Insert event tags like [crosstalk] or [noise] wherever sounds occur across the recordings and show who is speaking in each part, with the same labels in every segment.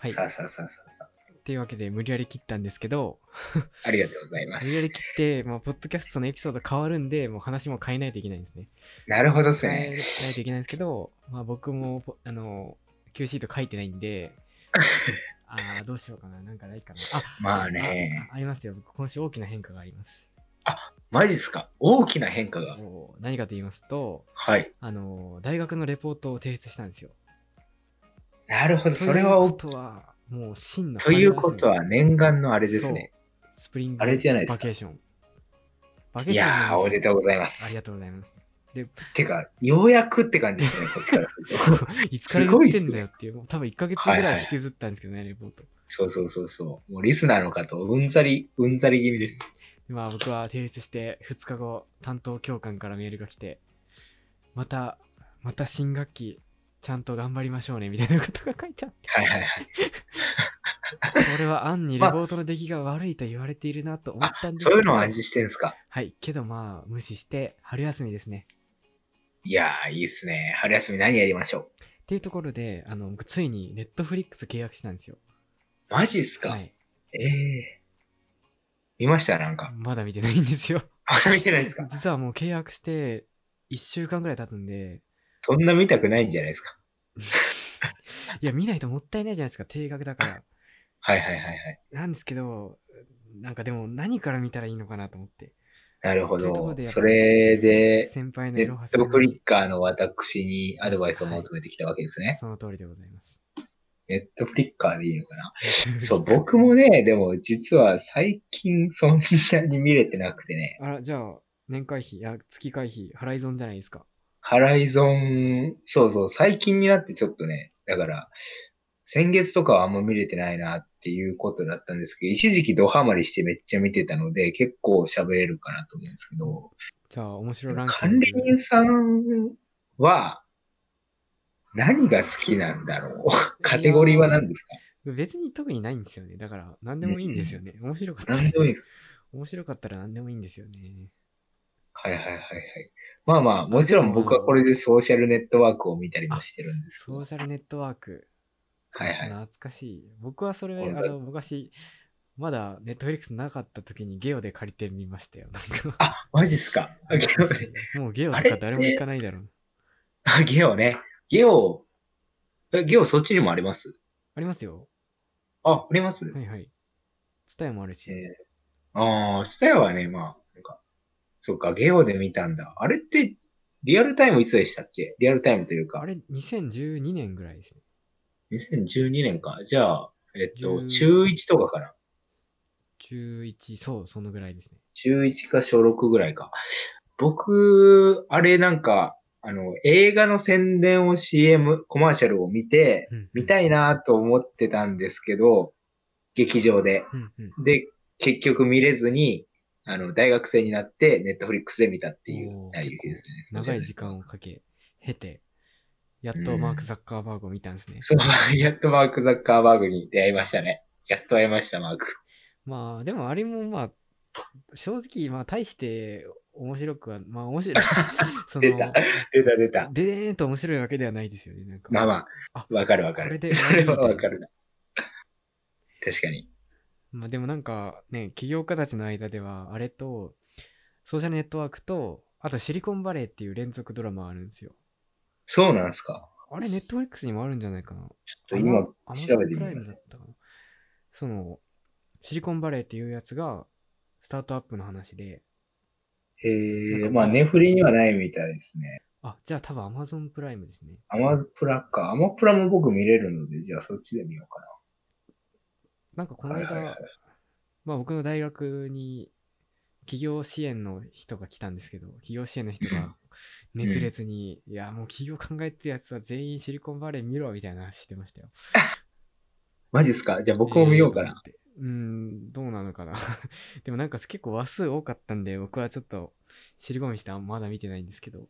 Speaker 1: はい。
Speaker 2: さあさあさあさあさ
Speaker 1: というわけで、無理やり切ったんですけど、
Speaker 2: あ。ありがとうございま
Speaker 1: 無理や
Speaker 2: す。
Speaker 1: り切って、もう、ポッドキャストのエピソード変わるんで、もう話も変えないといけないんですね。
Speaker 2: なるほどです
Speaker 1: 変え
Speaker 2: ね。
Speaker 1: ないといけないんですけど、まあ、僕もポ、あの、Q シート書いてないん
Speaker 2: [laughs]
Speaker 1: で、ああ、どうしようかな。なんかないかな。あ、
Speaker 2: まあね。
Speaker 1: あ。ありますよ。僕、今週大きな変化があります。
Speaker 2: マジっすか大きな変化が。
Speaker 1: もう何かと言いますと、
Speaker 2: はい。
Speaker 1: あの、大学のレポートを提出したんですよ。
Speaker 2: なるほど。それは大
Speaker 1: ということは、もう真の
Speaker 2: ということは念願のあ
Speaker 1: あ
Speaker 2: れですね。。
Speaker 1: そうスプリング
Speaker 2: あれじゃないですか
Speaker 1: バケーション。バケー
Speaker 2: い
Speaker 1: ションなん
Speaker 2: やー、おめで
Speaker 1: です
Speaker 2: と
Speaker 1: よ
Speaker 2: うございま
Speaker 1: あり
Speaker 2: す。
Speaker 1: がとうござい
Speaker 2: [laughs]
Speaker 1: ます。
Speaker 2: てか、ようやくって感じですね、こっ [laughs] ちからすると。
Speaker 1: いつから言ってんだよっていう、もう多分1ヶ月ぐ
Speaker 2: はい
Speaker 1: ら
Speaker 2: はい
Speaker 1: い引きずったんですけどね、レポート。
Speaker 2: そうそうそうそう。もうリスナーの方、うんざり、うんざり気味です。
Speaker 1: でまあ僕は提出して2日後、担当教官からメールが来て、また、また新学期、ちゃんと頑張りましょうね、みたいなことが書いてあ
Speaker 2: [laughs]
Speaker 1: って、
Speaker 2: はいはいはい。
Speaker 1: これは暗にレポートの出来が悪いと言われているなと思
Speaker 2: あ
Speaker 1: ったん、ですけ
Speaker 2: そ
Speaker 1: ど、
Speaker 2: ういうのを暗示してんすか
Speaker 1: はい、けどまあ無視して春休みですね。
Speaker 2: いやー、いいっすね。春休み何やりましょう
Speaker 1: っていうところで、あの、僕ついにネットフリックス契約したんですよ。
Speaker 2: マジっすか、
Speaker 1: はい。
Speaker 2: ええ見ましたなんか。
Speaker 1: まだ見てないんですよ。
Speaker 2: 見てないですか
Speaker 1: 実はもう契約して1週間ぐらい経つんで、
Speaker 2: そんな見たくないんじゃないですか
Speaker 1: いや、見ないともったいないじゃないですか、定額だから。
Speaker 2: はいはいはいはい。
Speaker 1: なんですけど、なんかでも何から見たらいいのかなと思って。
Speaker 2: なるほ
Speaker 1: というところ
Speaker 2: ど
Speaker 1: で。やっぱ
Speaker 2: それで、
Speaker 1: 先輩の
Speaker 2: ネ
Speaker 1: いろ
Speaker 2: ッ
Speaker 1: はさん
Speaker 2: ト
Speaker 1: に
Speaker 2: フリッカーの私にアドバイスを求めてきたわけですね。
Speaker 1: その通りでございます。
Speaker 2: ネットフリッカーでいいのかな [laughs] そう、僕もね、でも実は最近そんなに見れてなくてね、
Speaker 1: あら、じゃあ、年会費、いや、月会費、ハライゾンじゃないですか。
Speaker 2: ハライゾン、そうそう、最近になってちょっとね、だから、先月とかはあんま見れてないなっていうことだったんですけど、一時期ドハマりしてめっちゃ見てたので、結構喋れるかなと思うんですけど、
Speaker 1: じゃあ、面白ランキン
Speaker 2: 管
Speaker 1: グ。
Speaker 2: 理人さんは、何が好きなんだろうカテゴリーは何ですか
Speaker 1: 別に特にないんですよね。だから、何でもいいんですよね。面白かったら
Speaker 2: 何でもいい。
Speaker 1: 面白かったら何でもいいんですよね。
Speaker 2: はいはいはいはい。まあまあ、もちろん僕はこれでソーシャルネットワークを見たりもしてるんです
Speaker 1: ソ
Speaker 2: けど。
Speaker 1: ー
Speaker 2: はい
Speaker 1: シャルネットワーク。
Speaker 2: はい。
Speaker 1: 懐かしい。僕はそれ、
Speaker 2: ごめん
Speaker 1: あ
Speaker 2: なさい
Speaker 1: の、昔、まだネットフリックスなかった時にゲオで借りてみましたよ。なんか、
Speaker 2: あ、マジっすか。あゲオね。
Speaker 1: もうゲオと
Speaker 2: あれっ
Speaker 1: か
Speaker 2: て
Speaker 1: 誰も行かないだろう。
Speaker 2: あゲオね。ゲオ、えゲオそっちにもあります
Speaker 1: ありますよ。
Speaker 2: あ、あります
Speaker 1: はいはい。ツタヤもあるし。
Speaker 2: えー、ああ、スタヤはね、まあ、なんか、そっか、ゲオで見たんだ。あれって、リアルタイムいつでしたっけリアルタイムというか
Speaker 1: あ、れ、2012年ぐらいですね。
Speaker 2: 2012年か。じゃあ、えっと、
Speaker 1: 10
Speaker 2: 中1とかかな。
Speaker 1: 中1、そう、そのぐらいですね。
Speaker 2: 中1か小6ぐらいか。僕、あれなんか、あの、映画の宣伝を CM、コマーシャルを見て、
Speaker 1: うん、
Speaker 2: 見たいなと思ってたんですけど、劇場で。
Speaker 1: うんうん。っ
Speaker 2: で、結局見れずに、あの、大学生になって、ネットフリックスで見たっていう、成り行きですね。
Speaker 1: 長い時間をかけ、経て、やっとマーク・ザッカーバーグを見たんですね。
Speaker 2: そう、やっとマーク・ザッカーバーグに出会いましたね。やっと会いました、マーク。
Speaker 1: まあ、でもあれもまあ、正直、まあ、大して面白くは、まあ、面
Speaker 2: [laughs]
Speaker 1: 白い。そ
Speaker 2: 出た
Speaker 1: の、
Speaker 2: 出た、出た。
Speaker 1: でーんと面白いわけではないですよね。なんか
Speaker 2: まあま
Speaker 1: あ
Speaker 2: あ、わかるわか
Speaker 1: これ
Speaker 2: る。
Speaker 1: で
Speaker 2: それは
Speaker 1: 終わり
Speaker 2: [laughs]
Speaker 1: み
Speaker 2: わ
Speaker 1: た
Speaker 2: か
Speaker 1: いな
Speaker 2: るな。確かに。
Speaker 1: まあ、でもなんかね、起業家たちの間では、あれと、ソーシャルネットワークと、あとシリコンバレーっていう連続ドラマあるんですよ。
Speaker 2: そうなんすか。
Speaker 1: あれ、ネットフリックスにもあるんじゃないかな。
Speaker 2: ちょっと今、調べて
Speaker 1: Amazon プラ
Speaker 2: み
Speaker 1: イ
Speaker 2: ま
Speaker 1: ムだ
Speaker 2: す
Speaker 1: っ。たかなその、シリコンバレーっていうやつが、スタートアップの話で、
Speaker 2: へ
Speaker 1: なん
Speaker 2: え
Speaker 1: か
Speaker 2: まあ、
Speaker 1: まあ
Speaker 2: ネフリにはないみたいですね。
Speaker 1: あ、じゃあ多分 Amazon プライムですね。
Speaker 2: アマプラか。アマプラも僕見れるので、じゃあそっちで見ようか
Speaker 1: なんかこ
Speaker 2: な。
Speaker 1: の
Speaker 2: はいはいは
Speaker 1: 間
Speaker 2: い、。
Speaker 1: まあ僕の大学に企業支援の人が来たんですけど、企業支援の人が熱烈に、いやもう企業考えてるやつは全員シリコンバレー見ろみたいな話してましたよ。
Speaker 2: マジっすかじゃあ僕も見ようか
Speaker 1: えー
Speaker 2: な。。
Speaker 1: と思ってうーん、どうなのかな。 [laughs] でもなんか結構話数多かったんで、僕はちょっとシリコンしたんまだ見てないんですけど、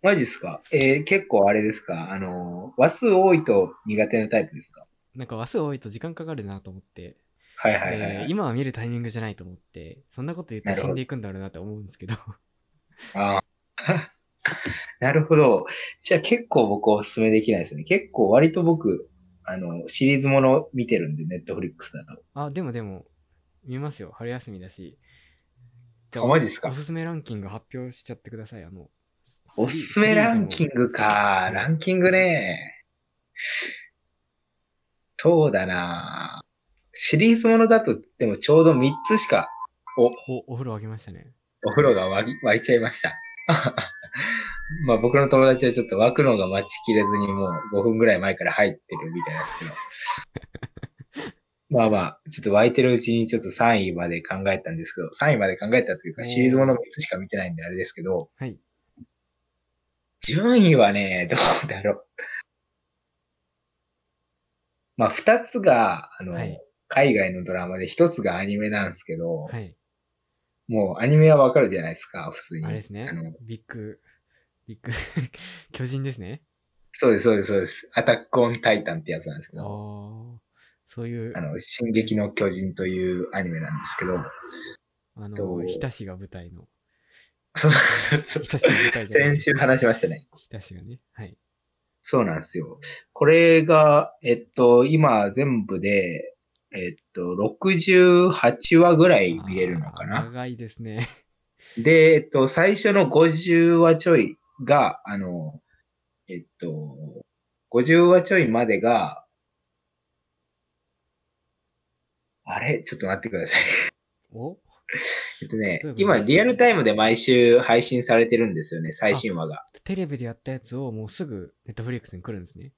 Speaker 2: マジっすかえー結構あれですかあのー、話数多いと苦手なタイプですか
Speaker 1: なんか話数多いと時間かかるなと思って、
Speaker 2: はいはいはい、
Speaker 1: で
Speaker 2: はい。
Speaker 1: 今は見るタイミングじゃないと思って、そんなこと言って死んでいくんだろうなと思うんですけど、
Speaker 2: あーなるほど。じゃあ結構僕おすすめできないですね。結構割と僕、あの、シリーズもの見てるんで、ネットフリックスだと。
Speaker 1: あ、でもでも、見ますよ。春休みだし。じ
Speaker 2: あ、マジですか
Speaker 1: おすすめランキング発表しちゃってください。あの、ス
Speaker 2: おすすめランキン。グか
Speaker 1: う。ん
Speaker 2: ランキングね。そうだな。シリーズものだと、でもちょうど3つしか、お、
Speaker 1: スリーおお風呂あげましたね。
Speaker 2: お風呂が沸き沸いちゃいました。 [laughs] まあ僕の友達はちょっと沸くのが待ちきれずにもう5分ぐらい前から入ってるみたいなんですけど。まあまあ、ちょっと沸いてるうちにちょっと3位まで考えたんですけど、3位まで考えたというか
Speaker 1: おー
Speaker 2: シリーズもの3つしか見てないんであれですけど、
Speaker 1: はい。
Speaker 2: 順位はね、どうだろう。まあ2つが、あの、
Speaker 1: はい
Speaker 2: 海外のドラマで1つがアニメなんですけど、
Speaker 1: はい。
Speaker 2: もうアニメはわかるじゃないですか、普通に。
Speaker 1: あれですね
Speaker 2: あの。
Speaker 1: ビッグ、ビッグ、 [laughs] 巨人ですね。
Speaker 2: そうです、そうです、そうです。アタックオンタイタンってやつなんですけ
Speaker 1: ああー、
Speaker 2: ど、
Speaker 1: そういう
Speaker 2: あ、の、進撃の巨人というアニメなんですけど、
Speaker 1: あ
Speaker 2: ど
Speaker 1: の、
Speaker 2: う
Speaker 1: 日田氏が舞
Speaker 2: [laughs]
Speaker 1: 台の。
Speaker 2: そう
Speaker 1: [laughs] 日田氏が舞台じゃない
Speaker 2: 先週話しましたね。
Speaker 1: 日田氏がね。はい。
Speaker 2: そうなんですよ。これが、えっと、今全部で、えっと、68話ぐらい見れるのか
Speaker 1: あー
Speaker 2: な。
Speaker 1: 長いですね。
Speaker 2: で、えっと、最初の50話ちょいが、あの、えっと、50話ちょいまでが、あれちょっと待ってください。
Speaker 1: お
Speaker 2: えっとね
Speaker 1: どういうことです、か
Speaker 2: 今、リアルタイムで毎週配信されてるんですよね、最新話が。
Speaker 1: テレビでやったやつをもうすぐネットフリックスに来るんですね。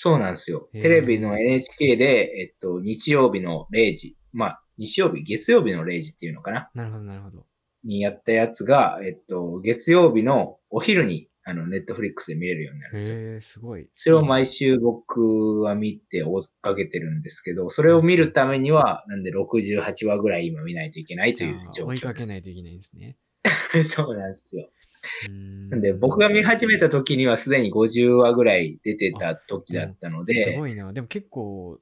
Speaker 2: そうなんですよ
Speaker 1: へ。ー
Speaker 2: テレビの NHK で、えっと、日曜日の0時、まあ、日曜日、月曜日の0時っていうのかな、
Speaker 1: なるほど、なるほど。
Speaker 2: にやったやつが、えっと、月曜日のお昼に、あの、ネットフリックスで見れるようになるんですよ。
Speaker 1: へえ、すごい。
Speaker 2: それを毎週僕は見て追っかけてるんですけど、それを見るためには、なんで68話ぐらい今見ないといけないと
Speaker 1: じ
Speaker 2: い
Speaker 1: ゃ
Speaker 2: う
Speaker 1: あ
Speaker 2: 状況です。
Speaker 1: 追いかけないといけないんですね。
Speaker 2: い。 [laughs] そうなんですよ。な
Speaker 1: なん
Speaker 2: で、僕が見始めた時にはすでに50話ぐらい出てた時だったの
Speaker 1: す
Speaker 2: で、
Speaker 1: ごいな。でも結構、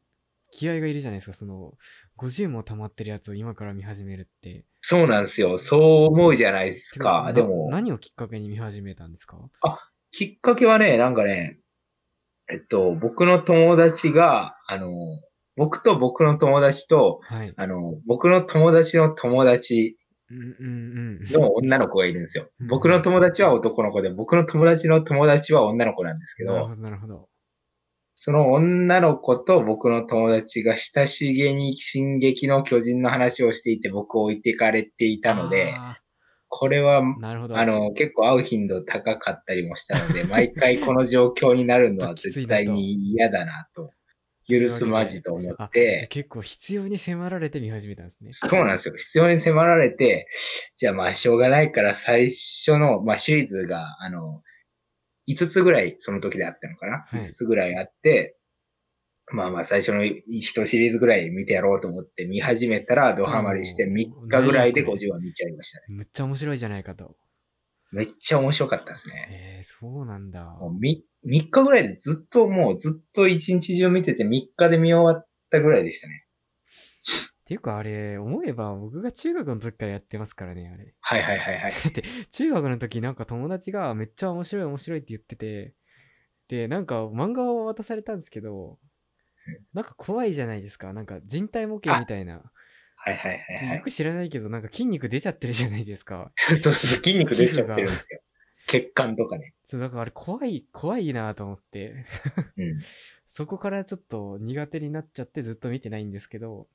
Speaker 1: 気合がいるじゃないですか。その、50も溜まってるやつを今から見始めるって。
Speaker 2: そうなんですよ。そう思うじゃないです
Speaker 1: てか
Speaker 2: か。
Speaker 1: な
Speaker 2: でも、
Speaker 1: 何をきっかけに見始めたんですか
Speaker 2: きっかけはね、なんかね、えっと、僕の友達が、あの、僕と僕の友達と、 [laughs]
Speaker 1: はい。
Speaker 2: あの、僕の友達の友達
Speaker 1: うんうんうん。
Speaker 2: の女の子がいるんですよ
Speaker 1: うん。
Speaker 2: 僕の友達は男の子で、僕の友達の友達は女の子なんですけ
Speaker 1: なる
Speaker 2: ど
Speaker 1: ほ、ど、なるほど。
Speaker 2: その女の子と僕の友達が親しげに進撃の巨人の話をしていて僕を置いてかれていたので、
Speaker 1: あ
Speaker 2: これは、
Speaker 1: ー、なるほど。
Speaker 2: あの、結構会う頻度高かったりもした
Speaker 1: [laughs]
Speaker 2: ので、毎回この状況になるのは絶対に嫌だなと、許すまじと思っ
Speaker 1: あ、じゃあ
Speaker 2: て、
Speaker 1: 結構必要に迫られて見始めたんですね。
Speaker 2: そうなんですよ。必要に迫られて、じゃあまあしょうがないから最初の、まあシリーズが、あの、5つぐらいその時であったのかな、
Speaker 1: はい
Speaker 2: ?5 つぐらいあって、まあまあ最初の1シリーズぐらい見てやろうと思って見始めたらドハマりして3日ぐらいで50話見ちゃいましたね。
Speaker 1: めっちゃ面白いじゃないかと。
Speaker 2: めっちゃ面白かったです
Speaker 1: え
Speaker 2: ね。
Speaker 1: ー、そうなんだ。
Speaker 2: もうみ3日ぐらいでずっともうずっと一日中見てて3日で見終わったぐらいでしたね。
Speaker 1: っていうかあれ、思えば僕が中学の時からやってますからね、あれ。
Speaker 2: はいはいはいはい。
Speaker 1: 中学の時なんか友達がめっちゃ面白い面白いって言ってて、で、なんか漫画を渡されたんですけど、なんか怖いじゃないですか。なんか人体模型みたいな。
Speaker 2: はいはいはいは
Speaker 1: よく知らないけど、なんか筋肉出ちゃってるじゃないですか。 [laughs]
Speaker 2: い。 [laughs] そうそう、筋肉出ちゃってるんですよ。血管とかね。
Speaker 1: そう、だからあれ怖い、怖いなと思って。
Speaker 2: うん。うん
Speaker 1: そこからちょっと苦手になっちゃってずっと見てないんですけど、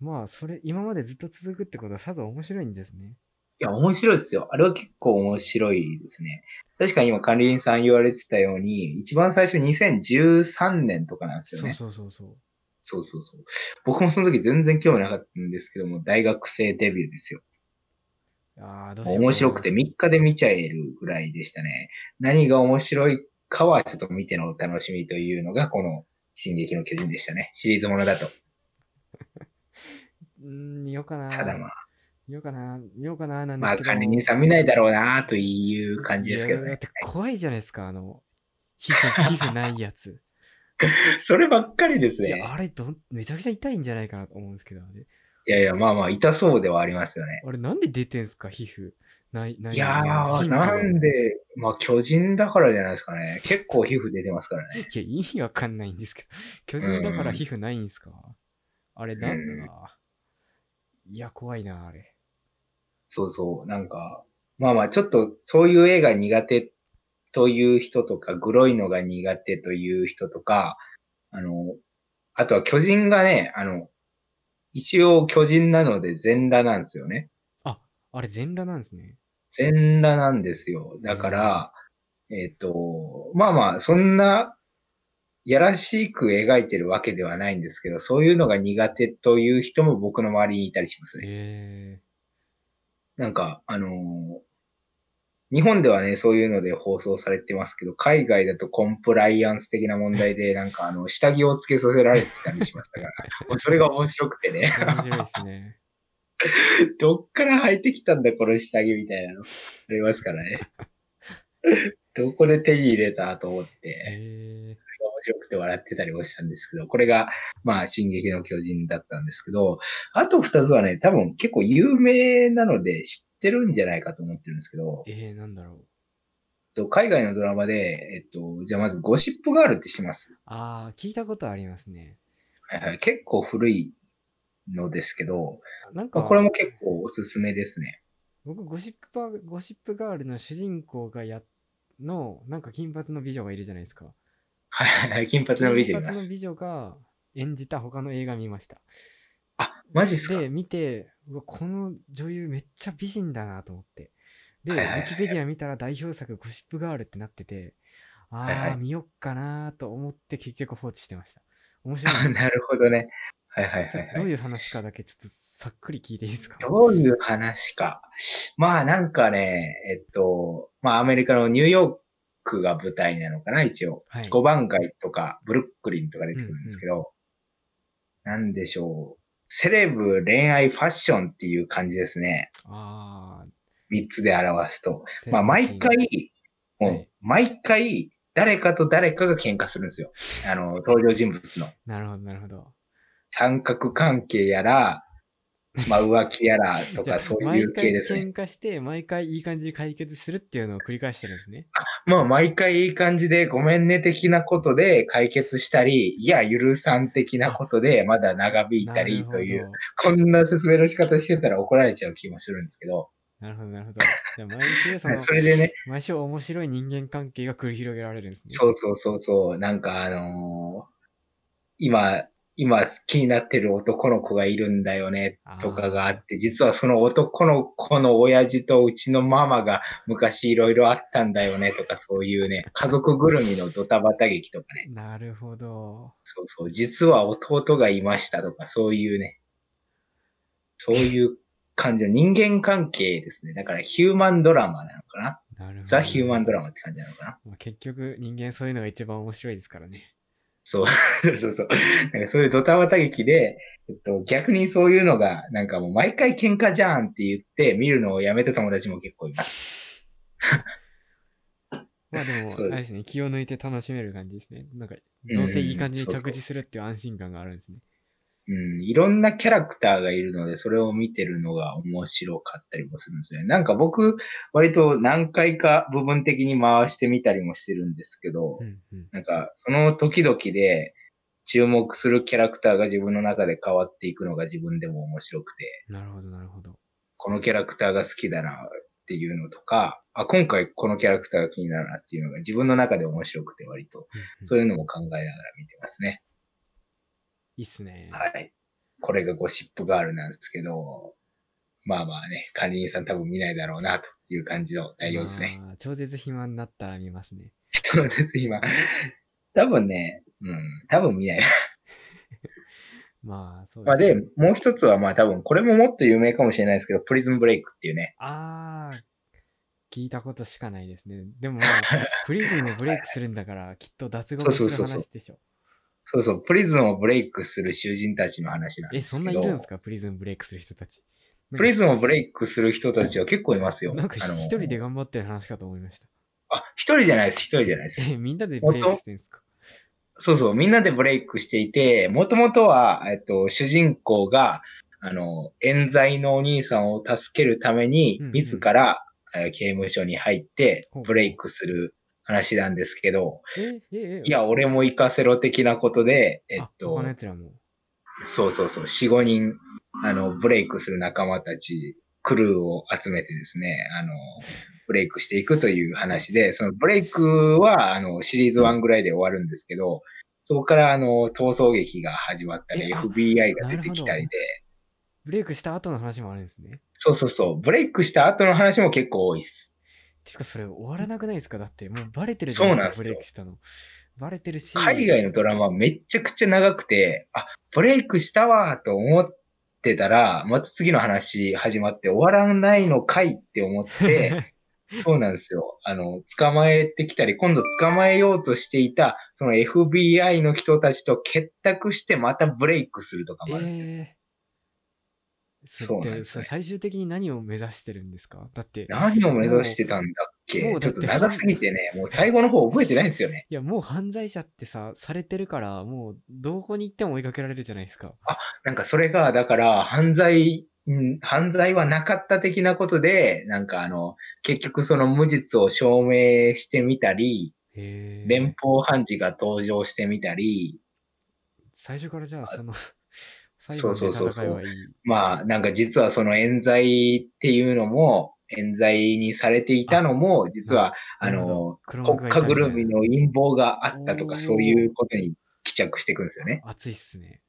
Speaker 1: まあ、それ、今までずっと続くってことはさぞ面白いんですね。
Speaker 2: いや、面白いですよ。あれは結構面白いですね。確かに今、管理人さん言われてたように、一番最初2013年とかなんですよ
Speaker 1: そう
Speaker 2: ね。
Speaker 1: そうそうそう。
Speaker 2: そうそうそう。僕もその時全然興味なかったんですけども、大学生デビューですよ。
Speaker 1: ああ、どうしようかな
Speaker 2: 面白くて3日で見ちゃえるぐらいでしたね。何が面白いかはちょっと見てのお楽しみというのがこの進撃の巨人でしたね。シリーズものだと。
Speaker 1: うーん、見ようかな。
Speaker 2: ただまあ、
Speaker 1: 見ようかな、見ようかな、なんで
Speaker 2: ますあ
Speaker 1: けど。
Speaker 2: 管理人さん見ないだろうなという感じですけど
Speaker 1: いやだ
Speaker 2: ね
Speaker 1: っ。て怖いじゃないですか、あの、
Speaker 2: [laughs]
Speaker 1: 皮膚、皮膚ないやつ。
Speaker 2: そればっかりです
Speaker 1: いや、
Speaker 2: ね。
Speaker 1: あれどん、めちゃくちゃ痛いんじゃないかなと思うんですけど、あれ。
Speaker 2: いやいや、まあまあ、痛そうではありますよね。
Speaker 1: あれ、なんで出てんすか、皮膚。ない、ないい。
Speaker 2: やー、
Speaker 1: 神経
Speaker 2: なんで、まあ、巨人だからじゃないですか
Speaker 1: [laughs]
Speaker 2: ね。結構皮膚出てますからね。
Speaker 1: いや、意味わかんないんですけど、巨人だから
Speaker 2: うん
Speaker 1: 皮膚ないんですか、あれ、なん
Speaker 2: う
Speaker 1: だ
Speaker 2: ん
Speaker 1: な、いや、怖いな、あれ。
Speaker 2: そうそう、なんか、まあまあ、ちょっと、そういう絵が苦手という人とか、グロいのが苦手という人とか、あの、あとは巨人がね、あの、一応巨人なので全裸なんですよね。
Speaker 1: あれ、全裸なんですね。
Speaker 2: 全裸なんですよ。だから、えっ、と、まあまあ、そんな、やらしく描いてるわけではないんですけど、そういうのが苦手という人も僕の周りにいたりしますね。
Speaker 1: え
Speaker 2: なんか、あのー日本ではね、そういうので放送されてますけど、海外だとコンプライアンス的な問題で、なんか、あの、下着をつけさせられてたりしましたから、もうそれが面白くてね、
Speaker 1: ー、面白いですね。
Speaker 2: どっから入ってきたんだ、この下着みたいなの、ありますか
Speaker 1: [laughs]
Speaker 2: らね。どこで手に入れたと思って、
Speaker 1: え
Speaker 2: 面白くて笑ってたりもしたんですけど、これが、まあ、進撃の巨人だったんですけど、あと二つはね、多分結構有名なので知ってるんじゃないかと思ってるんですけど
Speaker 1: ー、、えー、なんだろう。
Speaker 2: えっと、海外のドラマで、えっと、じゃあまずゴシップガールってします。
Speaker 1: あー、聞いたことありますね。
Speaker 2: はいはい。結構古いのですけど、
Speaker 1: なんか、
Speaker 2: これも結構おすすめですね。
Speaker 1: 僕ゴシップパ、ゴシップガールの主人公がやっの、なんか金髪の美女がいるじゃないですか。
Speaker 2: はいはいはい。金髪の美女いま
Speaker 1: 金髪の
Speaker 2: す。
Speaker 1: 美女が演じた他の映画見ました。
Speaker 2: あ、マジっすか
Speaker 1: で、見て、うわ、この女優めっちゃ美人だなと思って。で、ウ
Speaker 2: はいはいは
Speaker 1: ィ
Speaker 2: い
Speaker 1: キペディア見たら代表作ゴシップガールってなってて、あー、
Speaker 2: はいはい
Speaker 1: 見よっかなと思って結局放置してました。面白
Speaker 2: あ
Speaker 1: いです。
Speaker 2: [laughs] なるほどね。はいはいは
Speaker 1: ちょ
Speaker 2: い
Speaker 1: っとど
Speaker 2: は
Speaker 1: う
Speaker 2: い。
Speaker 1: いう話かだけちょっとさっくり聞いていいですか
Speaker 2: どういう話か。まあなんかね、えっと、まあアメリカのニューヨークが舞台なのかな、一応。
Speaker 1: はい。
Speaker 2: 5番街とか、ブルックリンとか出てくるんですけど、なんでしょう。セレブ、恋愛、ファッションっていう感じですね。
Speaker 1: あ
Speaker 2: 3つで表すと。
Speaker 1: ー。
Speaker 2: まあ、毎回、も、
Speaker 1: はいう
Speaker 2: 毎回、誰かと誰かが喧嘩するんですよ。あの、登場人物の。
Speaker 1: なるほど、なるほど。
Speaker 2: 三角関係やら、
Speaker 1: [laughs]
Speaker 2: まあ、浮気やらと
Speaker 1: じゃあ
Speaker 2: か、そういう系ですね。
Speaker 1: 毎回喧嘩して、毎回いい感じに解決するっていうのを繰り返してるんですね。
Speaker 2: まあ、毎回いい感じで、ごめんね的なことで解決したり、いや、許さん的なことで、まだ長引いたりという。こんな説明の仕方してたら怒られちゃう気もするんですけど、
Speaker 1: なるほど、なるほど。じゃあ毎週その、
Speaker 2: [laughs] それでね、
Speaker 1: 毎週面白い人間関係が繰り広げられるんですね。
Speaker 2: そうそうそうそう、なんかあのー今、今気になってる男の子がいるんだよねとかがあって、実はその男の子の親父とうちのママが昔いろいろあったんだよねとかそういうね、家族ぐるみのドタバタ劇とかね、
Speaker 1: なるほど。
Speaker 2: そうそう、実は弟がいましたとかそういうね、そういう感じの人間関係ですね。だからヒューマンドラマなのかな
Speaker 1: なるほど。
Speaker 2: ザ・ヒューマンドラマって感じなのかな
Speaker 1: まあ結局、人間そういうのが一番面白いですからね。
Speaker 2: そう、そうそうそう。なんかそういうドタバタ劇で、えっと、逆にそういうのが、なんかもう毎回喧嘩じゃんって言って、見るのをやめた友達も結構います。
Speaker 1: まあでも、
Speaker 2: [laughs] そうです
Speaker 1: あれですね、気を抜いて楽しめる感じですね。なんか、
Speaker 2: うん
Speaker 1: どうせいい感じに
Speaker 2: そうそう
Speaker 1: 着地するっていう安心感があるんですね。
Speaker 2: うん、いろんなキャラクターがいるので、それを見てるのが面白かったりもするんですよね。なんか僕、割と何回か部分的に回してみたりもしてるんですけど、
Speaker 1: うんうん。
Speaker 2: なんかその時々で注目するキャラクターが自分の中で変わっていくのが自分でも面白くて、
Speaker 1: なるほど、なるほど。
Speaker 2: このキャラクターが好きだなっていうのとか、あ、今回このキャラクターが気になるなっていうのが自分の中で面白くて割と、
Speaker 1: うんうん
Speaker 2: そういうのも考えながら見てますね。
Speaker 1: いいっすね。
Speaker 2: はい。これがゴシップガールなんですけど、まあまあね、管理人さん多分見ないだろうなという感じの内容ですね。
Speaker 1: まあ。超絶暇になったら見ますね。
Speaker 2: そうです、今。多分ね、うん、多分見ない。
Speaker 1: まあ、そう
Speaker 2: まあ
Speaker 1: ね
Speaker 2: で、もう一つはまあ多分これももっと有名かもしれないですけど、プリズンブレイクっていうね。
Speaker 1: ああ、聞いたことしかないですね。で
Speaker 2: [laughs]
Speaker 1: も、まあ、プリズムをブレイクするんだから、きっと脱獄す
Speaker 2: そう
Speaker 1: る
Speaker 2: そうそうそう
Speaker 1: 話でしょ。
Speaker 2: そうそう、プリズンをブレイクする囚人たちの話なん
Speaker 1: え、
Speaker 2: ですけ
Speaker 1: そ
Speaker 2: ど。
Speaker 1: んないるんですかプリズムブレイクする人たち。
Speaker 2: プリズ
Speaker 1: ム
Speaker 2: ンをブレイクする人たちは結構いますよ。
Speaker 1: なんか
Speaker 2: あの
Speaker 1: 一人で頑張ってる話かと思いました。
Speaker 2: あ、一人じゃないです、一人じゃないです。
Speaker 1: え、みんなでブレイクしてるんですか
Speaker 2: そうそう、みんなでブレイクしていて、もともとは、えっと、主人公が、あの、冤罪のお兄さんを助けるために
Speaker 1: うんうん、
Speaker 2: 自ら、えー刑務所に入って
Speaker 1: ほうほう、
Speaker 2: ブレイクする話なんですけど、
Speaker 1: えええ
Speaker 2: いや、俺も行かせろ的なことで、えっ
Speaker 1: あ
Speaker 2: と
Speaker 1: 他の、やつらも。
Speaker 2: そうそうそう、4、5人、あの、ブレイクする仲間たち、クルーを集めてですね、あの、ブレイクしていくという話で、そのブレイクは、あの、シリーズ1ぐらいで終わるんですけど、そこから、あの、逃走劇が始まった
Speaker 1: え
Speaker 2: り、
Speaker 1: あ
Speaker 2: FBI が出てきたりで、
Speaker 1: ブレイクした後の話もあるんですね。
Speaker 2: そうそうそう、ブレイクした後の話も結構多いっす。
Speaker 1: てかそれ終わらなくないですかだってもうバレてる
Speaker 2: そうなん
Speaker 1: です
Speaker 2: す
Speaker 1: か
Speaker 2: よ
Speaker 1: ブレイクしたの。バレてるし。
Speaker 2: 海外のドラマめっちゃくちゃ長くて、あ、ブレイクしたわーと思ってたら、また次の話始まって終わらないのかいって思って、そうなんですよ。あの、捕まえてきたり、今度捕まえようとしていた、その FBI の人たちと結託してまたブレイクするとか
Speaker 1: え
Speaker 2: もあるんですよ。
Speaker 1: えそ
Speaker 2: そう
Speaker 1: っ
Speaker 2: なん
Speaker 1: て
Speaker 2: ですね
Speaker 1: 最終的に何を目指してるんですかだって、い
Speaker 2: 何を目指してたんだっ
Speaker 1: も
Speaker 2: け
Speaker 1: う
Speaker 2: ち
Speaker 1: だ
Speaker 2: ょ
Speaker 1: っ
Speaker 2: ってと長すぎてね、もう最後の方覚えてないんですよね。
Speaker 1: やもう犯罪者ってさ、されてるから、もうどこに行っても追いかけられるじゃないですか。
Speaker 2: なんかそれが、だから、犯罪、うん犯罪はなかった的なことで、なんかあの、結局その無実を証明してみたり、
Speaker 1: へえ
Speaker 2: 連邦判事が登場してみたり、
Speaker 1: 最初からじゃあ、その、 [laughs] 最後
Speaker 2: そうそうそう
Speaker 1: の戦
Speaker 2: そう
Speaker 1: いはいい。
Speaker 2: まあ、なんか実はその冤罪っていうのも、冤罪にされていたのも、実は、あ
Speaker 1: なるほ
Speaker 2: の、
Speaker 1: 黒幕がいた
Speaker 2: 国家
Speaker 1: みた
Speaker 2: ぐ
Speaker 1: いな
Speaker 2: るみの陰謀があったと
Speaker 1: お
Speaker 2: か、
Speaker 1: ー
Speaker 2: そういうことに帰着していくんですよね。
Speaker 1: 熱いっすね。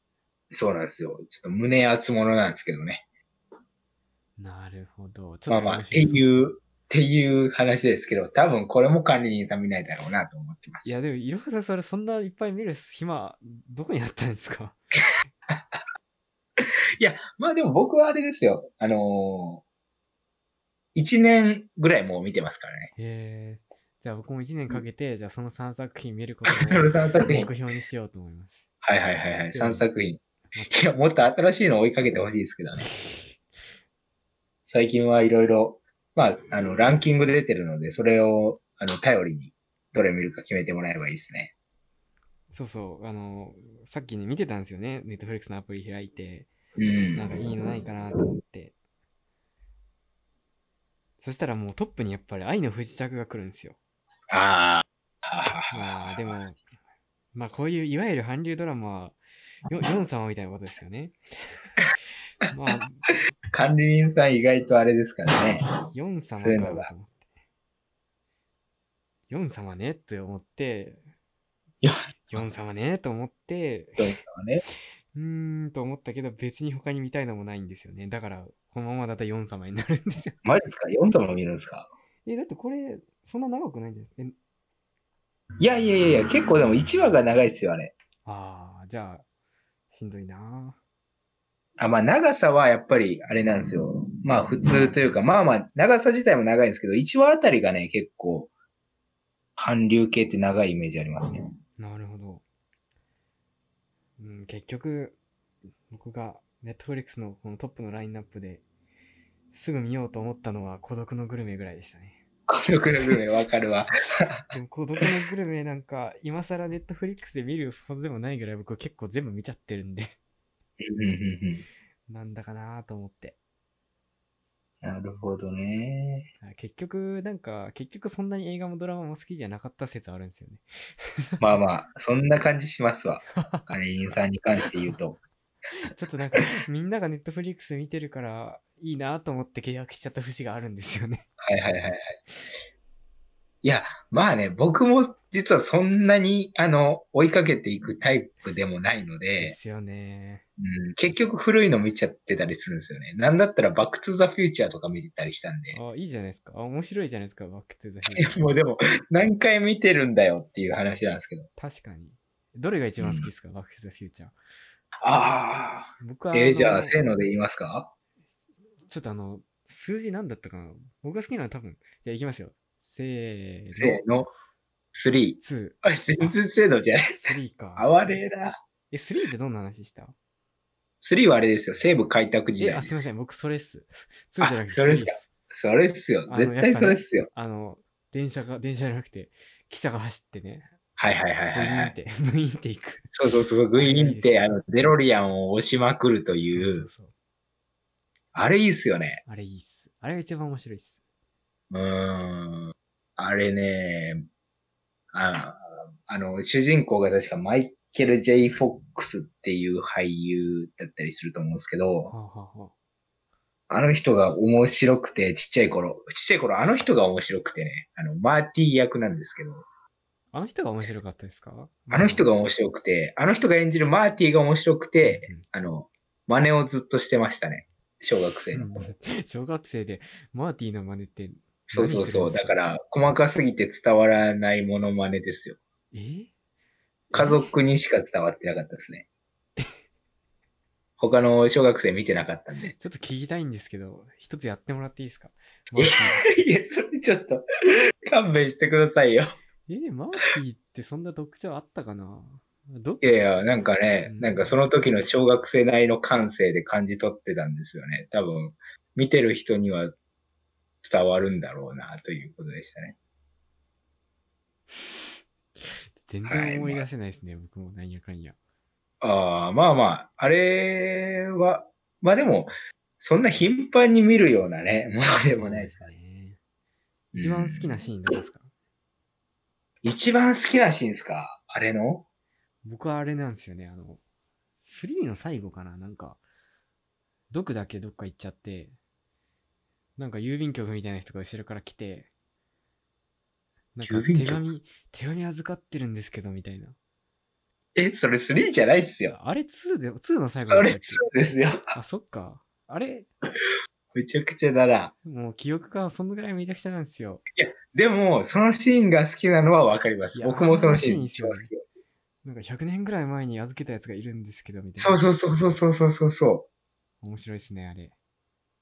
Speaker 2: そうなんですよ。ちょっと胸熱物なんですけどね。
Speaker 1: なるほど。ち
Speaker 2: まあ
Speaker 1: 面
Speaker 2: まあ、って
Speaker 1: 白そう
Speaker 2: いう、っていう話ですけど、多分これも管理人さん見ないだろうなと思ってます。
Speaker 1: いや、でも、いろはさん、それ、そんないっぱい見る暇、どこにあったんですか
Speaker 2: まあでも僕はあれですよ。あのー、1年ぐらいもう見てますからね。
Speaker 1: へえ。じゃあ、僕も1年かけて、じゃあ、その3作品見ること
Speaker 2: [laughs] その3
Speaker 1: を
Speaker 2: 作品
Speaker 1: 目。標にしようと思います。
Speaker 2: はいはいはいはい。3作品。
Speaker 1: ま
Speaker 2: いや、もっと新しいのを追いかけてほしいですけどね。最近はいろいろ、まあ、あの、ランキングで出てるので、それを、あの、頼りに、どれ見るか決めてもらえばいいですね。
Speaker 1: そうそう、あの、さっきね、見てたんですよね。ネットフリックスのアプリ開いて、
Speaker 2: うん。
Speaker 1: なんかいいのないかなと思って。そしたらもうトップにやっぱり愛の不時着が来るんですよ。
Speaker 2: ああ。はは
Speaker 1: まあでも、まあこういういわゆる韓流ドラマは、ヨヨン様みたいなことですよね。まあ、
Speaker 2: 管理人さん意外とあれですから
Speaker 1: [laughs]
Speaker 2: ね。
Speaker 1: ヨン様か
Speaker 2: そういうのが
Speaker 1: と思って。ヨン様ねって思って
Speaker 2: ヨ、
Speaker 1: ヨン様ねと思って、
Speaker 2: そういうのはね。
Speaker 1: うーんと思ったけど、別に他に見たいのもないんですよね。だから、このままだとヨン様になるんですよ。
Speaker 2: マジですか ?4 玉も見るんですか
Speaker 1: [laughs] え、だってこれ、そんな長くないんじゃないですかえ
Speaker 2: いやいやいやいや、結構でも1話が長いですよ、あれ。
Speaker 1: ああ、じゃあ、しんどいな
Speaker 2: あ、まあ、長さはやっぱりあれなんですよ。まあ、普通というか、まあまあ、長さ自体も長いんですけど、1話あたりがね、結構、韓流系って長いイメージありますね。
Speaker 1: あ。なるほど。うん、結局、僕が Netflix のこのトップのラインナップですぐ見ようと思ったのは孤独のグルメぐらいでした [laughs] ね。
Speaker 2: 孤独のグルメわかるわ。
Speaker 1: でも孤独のグルメなんか今更 Netflix で見るほどでもないぐらい僕結構全部見ちゃってるんで、
Speaker 2: うんうんうん
Speaker 1: なんだかなと思って。
Speaker 2: なるほどね。
Speaker 1: あ結局、なんか、結局そんなに映画もドラマも好きじゃなかった説あるんですよね。 [laughs]
Speaker 2: まあまあ、そんな感じしますわ。管理人さんに関して言うと。
Speaker 1: ちょっとなん
Speaker 2: [laughs]
Speaker 1: か、みんながネットフリックス見てるから、いいなと思って契約しちゃった節があるんですよね。
Speaker 2: はいはいはいはい。いや、まあね、僕も実はそんなに、あの、追いかけていくタイプでもないの
Speaker 1: で
Speaker 2: で、
Speaker 1: すよね。
Speaker 2: うん、結局古いの見ちゃってたりするんですよね。なんだったらバックトゥザフューチャーとか見てたりしたん
Speaker 1: [laughs]
Speaker 2: で。
Speaker 1: あ、いいじゃないですか。あ、面白いじゃないですか、バックトゥザヒ
Speaker 2: もうでも、何回見てるんだよっていう話なんですけど。
Speaker 1: 確かに。どれが一番好きですか、バックトゥザフューチャー。
Speaker 2: あ
Speaker 1: 僕
Speaker 2: あ。
Speaker 1: は、
Speaker 2: えーじゃ
Speaker 1: の
Speaker 2: あ、せーので言いますか
Speaker 1: ちょっとあの、数字なんだったかな僕が好きなのは多分、じゃあいきますよ。せーの。
Speaker 2: せーの。3。
Speaker 1: 3。
Speaker 2: あ、全然せーのじゃない。
Speaker 1: 3か。
Speaker 2: あわれだ。
Speaker 1: え、3ってどんな話した
Speaker 2: 3はあれですよ。西部開拓時
Speaker 1: え、
Speaker 2: 代
Speaker 1: あ、
Speaker 2: で
Speaker 1: い
Speaker 2: す
Speaker 1: ま
Speaker 2: す
Speaker 1: せ
Speaker 2: よ。
Speaker 1: ん、僕それっす。2
Speaker 2: あ
Speaker 1: じゃなくて、
Speaker 2: それっす
Speaker 1: 3
Speaker 2: か
Speaker 1: っす。
Speaker 2: それっすよ
Speaker 1: あ。の
Speaker 2: 絶対それっすよ。
Speaker 1: あの、電車が、電車じゃなくて、汽車が走ってね、
Speaker 2: はいはいはい
Speaker 1: ブイ
Speaker 2: はいは
Speaker 1: ーンっ
Speaker 2: い。
Speaker 1: て、 [laughs] ブイーンっていく。
Speaker 2: そうそうそう。グイーンっ
Speaker 1: あれ
Speaker 2: て、
Speaker 1: いいですね
Speaker 2: あの、デロリアンを押しまくるとい
Speaker 1: そうう、そう
Speaker 2: あれいいっすよね。
Speaker 1: あれいいっす。あれが一番面白いっす。
Speaker 2: うーん。あれね、ああの、主人公が確かマイケル・ J ・フォックスっていう俳優だったりすると思うんですけど、
Speaker 1: はあ、はあは
Speaker 2: あの人が面白くて、ちっちゃい頃、ちっちゃい頃あの人が面白くてね、あの、マーティー役なんですけど、
Speaker 1: あ、あの人が面白かったですか
Speaker 2: あの人が
Speaker 1: 面
Speaker 2: 面白くて、あの人が演じるマーティーが面白くて、あの、真似をずっとしてましたね。小学生の頃。
Speaker 1: 小学生でマーティの真似って、
Speaker 2: そうそうそ
Speaker 1: 何するん
Speaker 2: う。
Speaker 1: です
Speaker 2: だ
Speaker 1: か
Speaker 2: から、細かすぎて伝わらないモノマネですよ。
Speaker 1: えー
Speaker 2: 家族にしか伝わってなかったですね。 [laughs] 他の小学生見てなかったんで。
Speaker 1: ちょっと聞きたいんですけど、一つやってもらっていいですか
Speaker 2: え [laughs] いや、それちょっと、勘弁してくださいよ。
Speaker 1: えー、マーティーってそんな特徴あったかなど
Speaker 2: いやいや、なんかね、
Speaker 1: うん
Speaker 2: なんかその時の小学生なりの感性で感じ取ってたんですよね。多分、見てる人には伝わるんだろうな、ということでしたね。
Speaker 1: 全
Speaker 2: はい
Speaker 1: 然思い出せないですね、僕もなんやかんや。
Speaker 2: ああ、まあまあ、あれは、まあでも、そんな頻繁に見るようなね、ものでもないです
Speaker 1: そう
Speaker 2: から
Speaker 1: で。すね。一番好きなシーンどうですか、
Speaker 2: 一番好きなシーンですかあれの
Speaker 1: 僕はあれなんですよね、あの、3の最後かななんか、毒だけどっか行っちゃって、なんか郵便局みたいな人が後ろから来て、なんか
Speaker 2: 郵便
Speaker 1: 手
Speaker 2: 局
Speaker 1: 紙、手紙預かってるんですけどみたいな。
Speaker 2: え、それ3じゃないっすよ。
Speaker 1: あれ2で、2の最後
Speaker 2: そ
Speaker 1: だっ
Speaker 2: れ
Speaker 1: たっ
Speaker 2: 2
Speaker 1: け
Speaker 2: ですよ。
Speaker 1: あ、そっか。あれ
Speaker 2: めちゃくちゃだな。
Speaker 1: もう記憶がそのぐらいめちゃくちゃなんですよ。
Speaker 2: でも、そのシーンが好きなのはわかりま
Speaker 1: い
Speaker 2: す。
Speaker 1: や
Speaker 2: 僕もそのシ
Speaker 1: あ
Speaker 2: ーン
Speaker 1: の
Speaker 2: 一
Speaker 1: シーン
Speaker 2: 番
Speaker 1: いい
Speaker 2: 好
Speaker 1: っすよね
Speaker 2: き。
Speaker 1: なんか100年ぐらい前に預けたやつがいるんですけど、みたいな。
Speaker 2: そうそうそうそうそうそうそうそう。
Speaker 1: 面白いですね、あれ。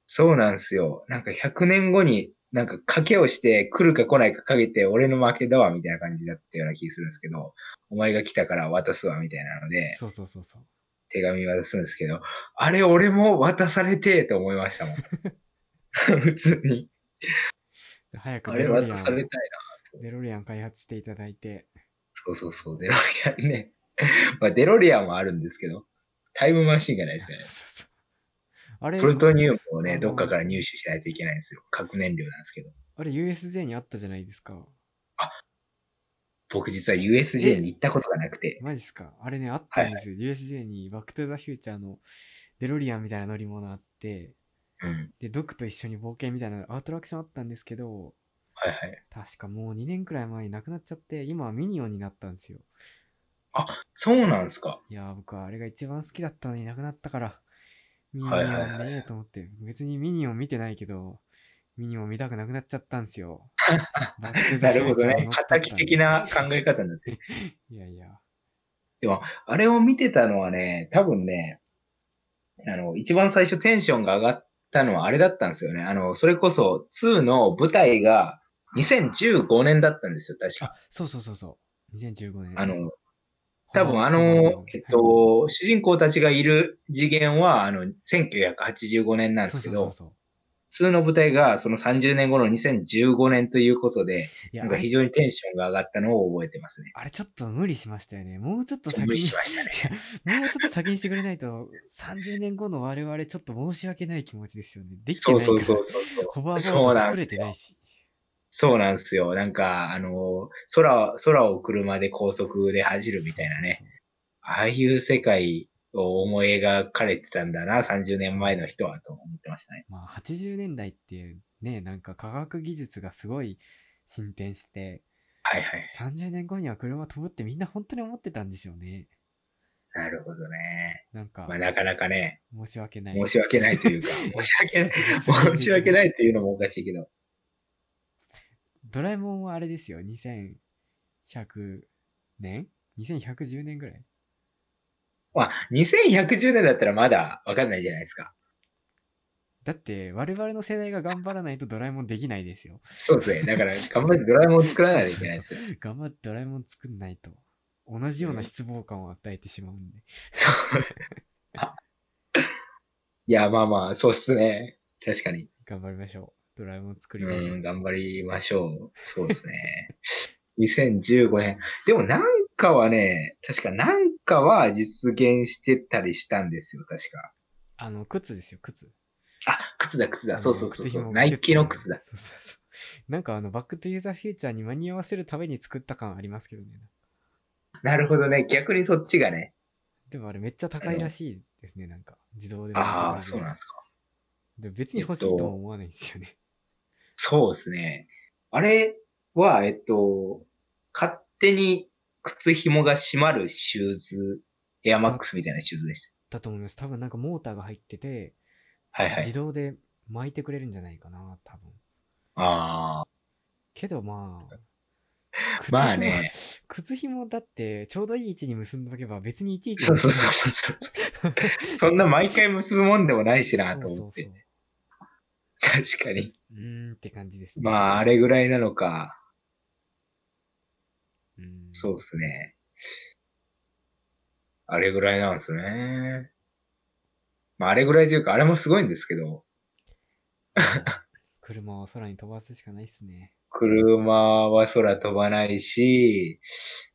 Speaker 2: そうなんですよ。なんか100年後に、なんか賭けをして来るか来ないかかけて俺の負けだわみたいな感じだったような気するんですけど、お前が来たから渡すわみたいなので、
Speaker 1: そうそうそうそう。
Speaker 2: 手紙渡すんですけど、あれ俺も渡されてえと思いまし
Speaker 1: [laughs]
Speaker 2: たもん。普通に。
Speaker 1: で早く
Speaker 2: あ
Speaker 1: デ
Speaker 2: れ
Speaker 1: ロリア
Speaker 2: 渡され
Speaker 1: ン、
Speaker 2: たいな。
Speaker 1: デロリアン開発していただいて、
Speaker 2: そうそうそう、デロリアンね。 [laughs] まあデロリアンもあるんですけど、タイムマシンがないですか
Speaker 1: [laughs] そう
Speaker 2: らね。
Speaker 1: そうそうあれ、
Speaker 2: プルトニウムを
Speaker 1: あ
Speaker 2: ね、
Speaker 1: の
Speaker 2: どっかから入手しないといけないんですよ。核燃料なんですけど。
Speaker 1: あれ USJ にあったじゃないですか。
Speaker 2: 僕実は USJ に行ったことがなくて。
Speaker 1: マジっすかあれね、あったんですよ。USJ にバックトゥザフューチャーのデロリアンみたいな乗り物あって、
Speaker 2: うん。
Speaker 1: で、ドクと一緒に冒険みたいなアトラクションあったんですけど、
Speaker 2: はいはい。
Speaker 1: 確かもう2年くらい前になくなっちゃって、今はミニオンになったんですよ。
Speaker 2: そうなんですか。
Speaker 1: いやー、僕はあれが一番好きだったのになくなったから、ミニオン
Speaker 2: はいはいはい
Speaker 1: ねーと思って、別にミニオン見てないけど、ミニオン見たくなくなっちゃったんですよ。
Speaker 2: [laughs]
Speaker 1: バックトゥザ
Speaker 2: なるほど
Speaker 1: フューチャーに
Speaker 2: ね
Speaker 1: 乗っ。とったんで
Speaker 2: 仇的な考え方になってる。
Speaker 1: いやいや。
Speaker 2: あれを見てたのはね、多分ね、あの、一番最初テンションが上がったのはあれだったんですよね。あの、それこそ2の舞台が2015年だったんですよ、確
Speaker 1: あ
Speaker 2: か。、
Speaker 1: そうそうそうそう。2015年。
Speaker 2: あの、多分
Speaker 1: 炎
Speaker 2: あ
Speaker 1: 炎
Speaker 2: の
Speaker 1: の、
Speaker 2: えっ
Speaker 1: は
Speaker 2: と、主人公たちがいる次元は、あの、1985年ないんで
Speaker 1: そうそ
Speaker 2: すけ
Speaker 1: うそう
Speaker 2: ど、
Speaker 1: そう。
Speaker 2: 2の舞台がその30年後の2015年ということで、
Speaker 1: いや
Speaker 2: なんか非常にテンションが上がったのを覚えてますね。
Speaker 1: あれちょっと無理しましたよね。もうちょっと先
Speaker 2: 無
Speaker 1: に
Speaker 2: 理、しましたね。
Speaker 1: もうちょっと先にしてくれないと、30年後の我々ちょっと申し訳 [laughs] ない気持ちですよね。できて
Speaker 2: そ
Speaker 1: な
Speaker 2: う
Speaker 1: い
Speaker 2: そう
Speaker 1: から
Speaker 2: そう、そうそう。
Speaker 1: ホバー
Speaker 2: そ
Speaker 1: ボ
Speaker 2: う
Speaker 1: ード
Speaker 2: なん
Speaker 1: 作れてないし。
Speaker 2: そうなんですよ。なんか、あの、空、空を車で高速で走るみたいなね。
Speaker 1: そうそう
Speaker 2: ああいう世界を思い描かれてたんだな、30年前の人は、と思ってましたね。
Speaker 1: そう。まあ、80年代ってね、なんか科学技術がすごい進展して、
Speaker 2: はいはい。
Speaker 1: 30年後には車飛ぶってみんな本当に思ってたんでしょうね。
Speaker 2: なるほどね。
Speaker 1: なんか
Speaker 2: まあ、、なかなかね、
Speaker 1: 申し訳ない。
Speaker 2: 申し訳ないと [laughs] いうか、申し訳ない、申し訳ないというのもおかしいけど。
Speaker 1: ドラえもんはあれですよ、2100年 ?2110 年ぐらい
Speaker 2: まあ、2110年だったらまだわかんないじゃないですか。
Speaker 1: だって、我々の世代が頑張らないとドラえもんできないですよ。
Speaker 2: そうですね。だ [laughs] から、頑張ってドラえもんを作らないといけないですよ。
Speaker 1: 頑張ってドラえもん作んないと。同じような失望感を与えてしまうんで。
Speaker 2: そう。 [laughs] いや、まあまあ、そうっすね。確かに。
Speaker 1: 頑張りましょう。ドラえもん作りましょ
Speaker 2: う
Speaker 1: う。
Speaker 2: ん、頑張りましょう。そうですね。2015年。でもなんかはね、確かなんかは実現してたりしたんですよ、確か。
Speaker 1: あの、靴ですよ、靴。
Speaker 2: あ、靴だ、靴
Speaker 1: あ
Speaker 2: だ。
Speaker 1: の
Speaker 2: そうそうそう
Speaker 1: 靴
Speaker 2: そ
Speaker 1: 紐
Speaker 2: う。
Speaker 1: を
Speaker 2: ナイキの靴だ。
Speaker 1: そうそうそうなんかあの、バックトゥーザフューチャーに間に合わせるために作った感ありますけどね。
Speaker 2: なるほどね。逆にそっちがね。
Speaker 1: でもあれめっちゃ高いらしいですね、なんか。自動で。
Speaker 2: ああ、そうなんですか。
Speaker 1: でも別に欲しいとも思わないんですよね。
Speaker 2: そうですね。あれは、えっと、勝手に靴紐が閉まるシューズ、エアマックスみたいなシューズでし
Speaker 1: だと思います。多分なんかモーターが入ってて、
Speaker 2: た。はいは
Speaker 1: 自
Speaker 2: い。
Speaker 1: 動で巻いてくれるんじゃないかな、多分。
Speaker 2: ああ、
Speaker 1: けどま
Speaker 2: [laughs]
Speaker 1: あ。
Speaker 2: まあね。
Speaker 1: 靴紐だって、ちょうどいい位置に結んどけば別にいちいち。
Speaker 2: そうそうそうそうそう。そんな毎回結ぶもんでもないしなと
Speaker 1: そ
Speaker 2: 思
Speaker 1: う
Speaker 2: っ
Speaker 1: そうそ
Speaker 2: て
Speaker 1: う。
Speaker 2: 確かに。
Speaker 1: うーんって感じですね。
Speaker 2: まあ、あれぐらいなのか。
Speaker 1: うーん。
Speaker 2: そうですね。あれぐらいなんですね。まあ、あれぐらいというか、あれもすごいんですけど、
Speaker 1: 車を空に飛ばすしかないっすね。
Speaker 2: 車は空飛ばないし、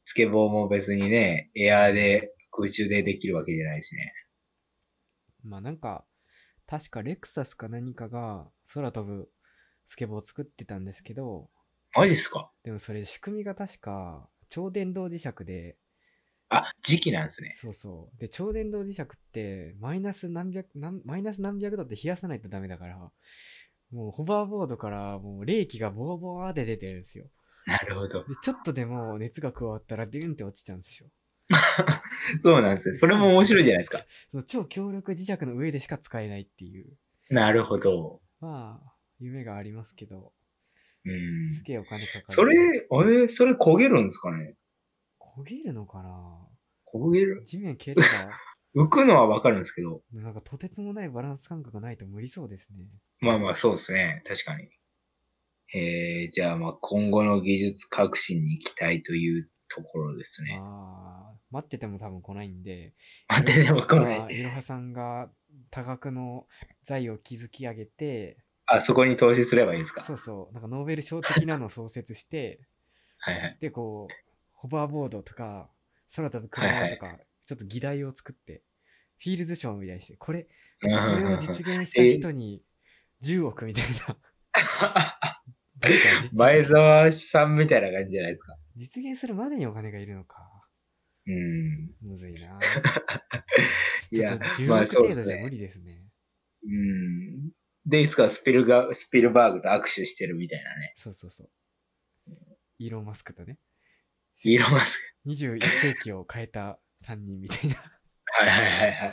Speaker 2: スケボーも別にね、エアーで空中でできるわけじゃないしね。
Speaker 1: まあなんか、確かレクサスか何かが空飛ぶスケボーを作ってたんですけど、
Speaker 2: マジっすか
Speaker 1: でもそれ仕組みが確か超電導磁石で、
Speaker 2: あ、時期なんですね。
Speaker 1: そうそう。で、超電導磁石ってマイナス何百、何マイナス何百度って冷やさないとダメだから、もうホバーボードからもう冷気がボワボワーって出てるんですよ。
Speaker 2: なるほど。
Speaker 1: で、ちょっとでも熱が加わったらデュンって落ちちゃうんですよ。
Speaker 2: そうなんですね。それも面白いじゃないですか。
Speaker 1: その超強力磁石の上でしか使えないっていう。
Speaker 2: なるほど。
Speaker 1: まあ、夢がありますけど、
Speaker 2: うん
Speaker 1: す。げえお金かかる。
Speaker 2: それ、あれ、それ焦げるんですかね
Speaker 1: 焦げるのかな
Speaker 2: 焦げる
Speaker 1: 地面蹴れば、
Speaker 2: 浮くのはわかるんですけど、
Speaker 1: なんかとてつもないバランス感覚ないと無理そうですね。
Speaker 2: まあまあそうですね。確かに。えー、じゃあまあ今後の技術革新に期待というところですね。
Speaker 1: ああ、待ってても多分来ないんで、
Speaker 2: 待ってでも来な
Speaker 1: まあ
Speaker 2: い。
Speaker 1: いろはさんが多額の財を築き上げて、
Speaker 2: あ、そこに投資すればいいんですか
Speaker 1: そうそう、なんかノーベル賞的なのを創設して、 [laughs]
Speaker 2: はいはい。
Speaker 1: で、こう、ホバーボードとか、空飛ぶ車とか、ちょっと議題を作って、フィールズ賞みたいにして、これ、
Speaker 2: う
Speaker 1: これ
Speaker 2: んうん
Speaker 1: を
Speaker 2: うん
Speaker 1: 実現した人に10億みたい
Speaker 2: [laughs]
Speaker 1: な。誰か実
Speaker 2: 前
Speaker 1: 現
Speaker 2: 澤さんみたいな感じじゃないですか。
Speaker 1: 実現するまでにお金がいるのか。
Speaker 2: うん。
Speaker 1: むずいな。
Speaker 2: いや、
Speaker 1: ちょ
Speaker 2: ま
Speaker 1: っ
Speaker 2: あ
Speaker 1: と10
Speaker 2: そう
Speaker 1: 億程
Speaker 2: で
Speaker 1: 度
Speaker 2: す
Speaker 1: じゃ無
Speaker 2: ね。
Speaker 1: 理ですね。
Speaker 2: うん。で、いつかスピルガスピルバーグと握手してるみたいなね。
Speaker 1: そうそうそう。イーロン・マスクとね、
Speaker 2: イーロンマス
Speaker 1: 21世紀を変えた3人みた
Speaker 2: [laughs]
Speaker 1: いな。
Speaker 2: ク。はいはいは
Speaker 1: [laughs]
Speaker 2: いはい。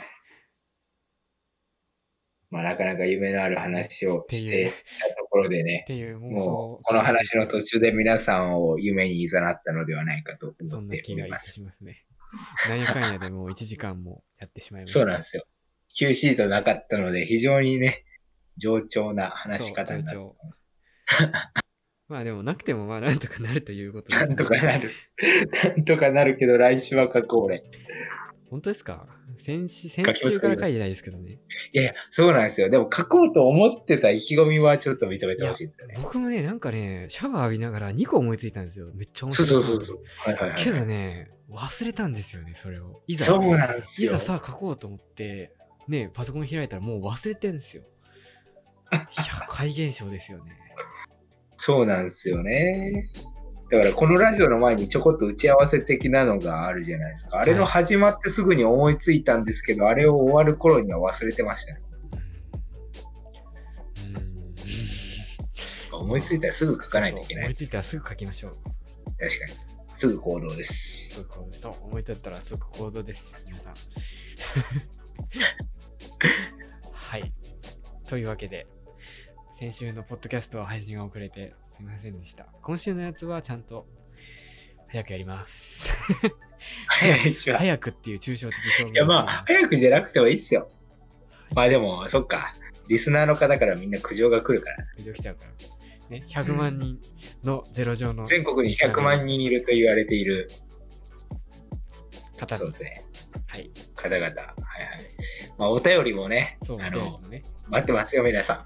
Speaker 2: まあなかなか夢のある話を
Speaker 1: って
Speaker 2: し
Speaker 1: いう、って
Speaker 2: たところでね。
Speaker 1: ていう妄想
Speaker 2: も
Speaker 1: を
Speaker 2: う、この話の途中で皆さんを夢に誘ったのではないかと
Speaker 1: そ
Speaker 2: 思
Speaker 1: ん
Speaker 2: っ
Speaker 1: な
Speaker 2: て
Speaker 1: 気
Speaker 2: お
Speaker 1: が
Speaker 2: り
Speaker 1: い
Speaker 2: ま
Speaker 1: た
Speaker 2: す
Speaker 1: し。ますね。なんやかんやでもう1時間もやってしまいました。
Speaker 2: そうなんですよ。Q シートなかったので、非常にね、冗長な話し方にな
Speaker 1: そう。
Speaker 2: る。
Speaker 1: 冗長 [laughs] まあでもなくてもまあなんとかなるということです
Speaker 2: な
Speaker 1: ね
Speaker 2: んとかなる。 [laughs] なんとかなるけど、来週は書こう、俺。
Speaker 1: 本当ですか先週先
Speaker 2: 書きます
Speaker 1: 週から書いてないですけどね。
Speaker 2: いやいや、そうなんですよ。でも書こうと思ってた意気込みはちょっと認めてほしいですよね。
Speaker 1: 僕もね、なんかね、シャワー浴びながら2個思いついたんですよ。めっちゃ面
Speaker 2: そ
Speaker 1: 白
Speaker 2: う
Speaker 1: そ
Speaker 2: そううそうそう。はいはいは
Speaker 1: け
Speaker 2: い。
Speaker 1: どね、忘れたんですよね、それを。いざ、
Speaker 2: そうなんです
Speaker 1: い
Speaker 2: よ
Speaker 1: ざ。さ、書こうと思って、ね、パソコン開いたらもう忘れてるん
Speaker 2: [laughs]
Speaker 1: ですよ。いや、怪現象ですよね。
Speaker 2: そうなんですよね。だからこのラジオの前にちょこっと打ち合わせ的なのがあるじゃないですか。あれの始まってすぐに思いついたんですけど、あれを終わる頃には忘れてましたね。
Speaker 1: うん。うん
Speaker 2: 思いついたらすぐ書かないといけな
Speaker 1: そうそう思
Speaker 2: い。
Speaker 1: いついたらすぐ書きましょう。
Speaker 2: 確かに。すぐ行動です。
Speaker 1: すぐ行動そう、思い立ったら即行動です、皆さん。 [laughs] はい。というわけで、先週のポッドキャストは配信が遅れてすみませんでした。今週のやつはちゃんと早くやります。
Speaker 2: 早いしは。い
Speaker 1: [laughs] 早くっていう抽象的表現を
Speaker 2: やまあ
Speaker 1: し、て
Speaker 2: 早くじゃなくてもいいっすよ。まあでも、そっか。リスナーの方からみんな苦情が来るから。
Speaker 1: ます、来ちゃうから。ね、100万人のゼロ乗の
Speaker 2: 全国に100万人いると言われている、
Speaker 1: 方
Speaker 2: そう
Speaker 1: に
Speaker 2: ですね、
Speaker 1: はい、
Speaker 2: 方々。はいはい。まあ、お便りもね、
Speaker 1: そうな
Speaker 2: あの、
Speaker 1: ね。
Speaker 2: 待ってますよ、皆さ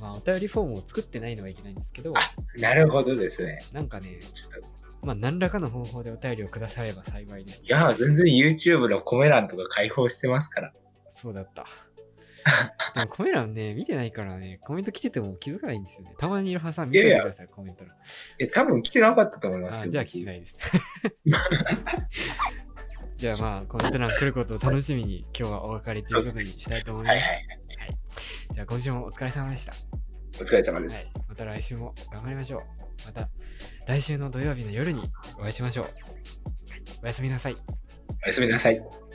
Speaker 1: まあ、お便りフォームを作ってないのはいけないんですけど、
Speaker 2: ん。なるほどですね。
Speaker 1: なんかね、
Speaker 2: ちょっと
Speaker 1: まあ、何らかの方法でお便りをくだされば幸いです。
Speaker 2: いや、全然 YouTube のコメ欄とか開放してますから。
Speaker 1: [laughs] そうだった。でもコメ欄ね、見てないからね、コメント来てても気づかないんですよね。たまにいろはさん見ててください、コメント欄。
Speaker 2: え、多分来てなかったと思います
Speaker 1: あ
Speaker 2: よ。
Speaker 1: じゃあ来てないです。 [laughs] じゃあまあ、コメント欄来ることを楽しみに、今日はお別れということにしたいと思いま
Speaker 2: は
Speaker 1: す。
Speaker 2: いはい。
Speaker 1: じゃあ今週もお疲れ様でした。
Speaker 2: お疲れ様
Speaker 1: は
Speaker 2: で
Speaker 1: い
Speaker 2: す。、
Speaker 1: また来週も頑張りましょう。また来週の土曜日の夜にお会いしましょう。はいおやすみなさい。
Speaker 2: おやすみなさい。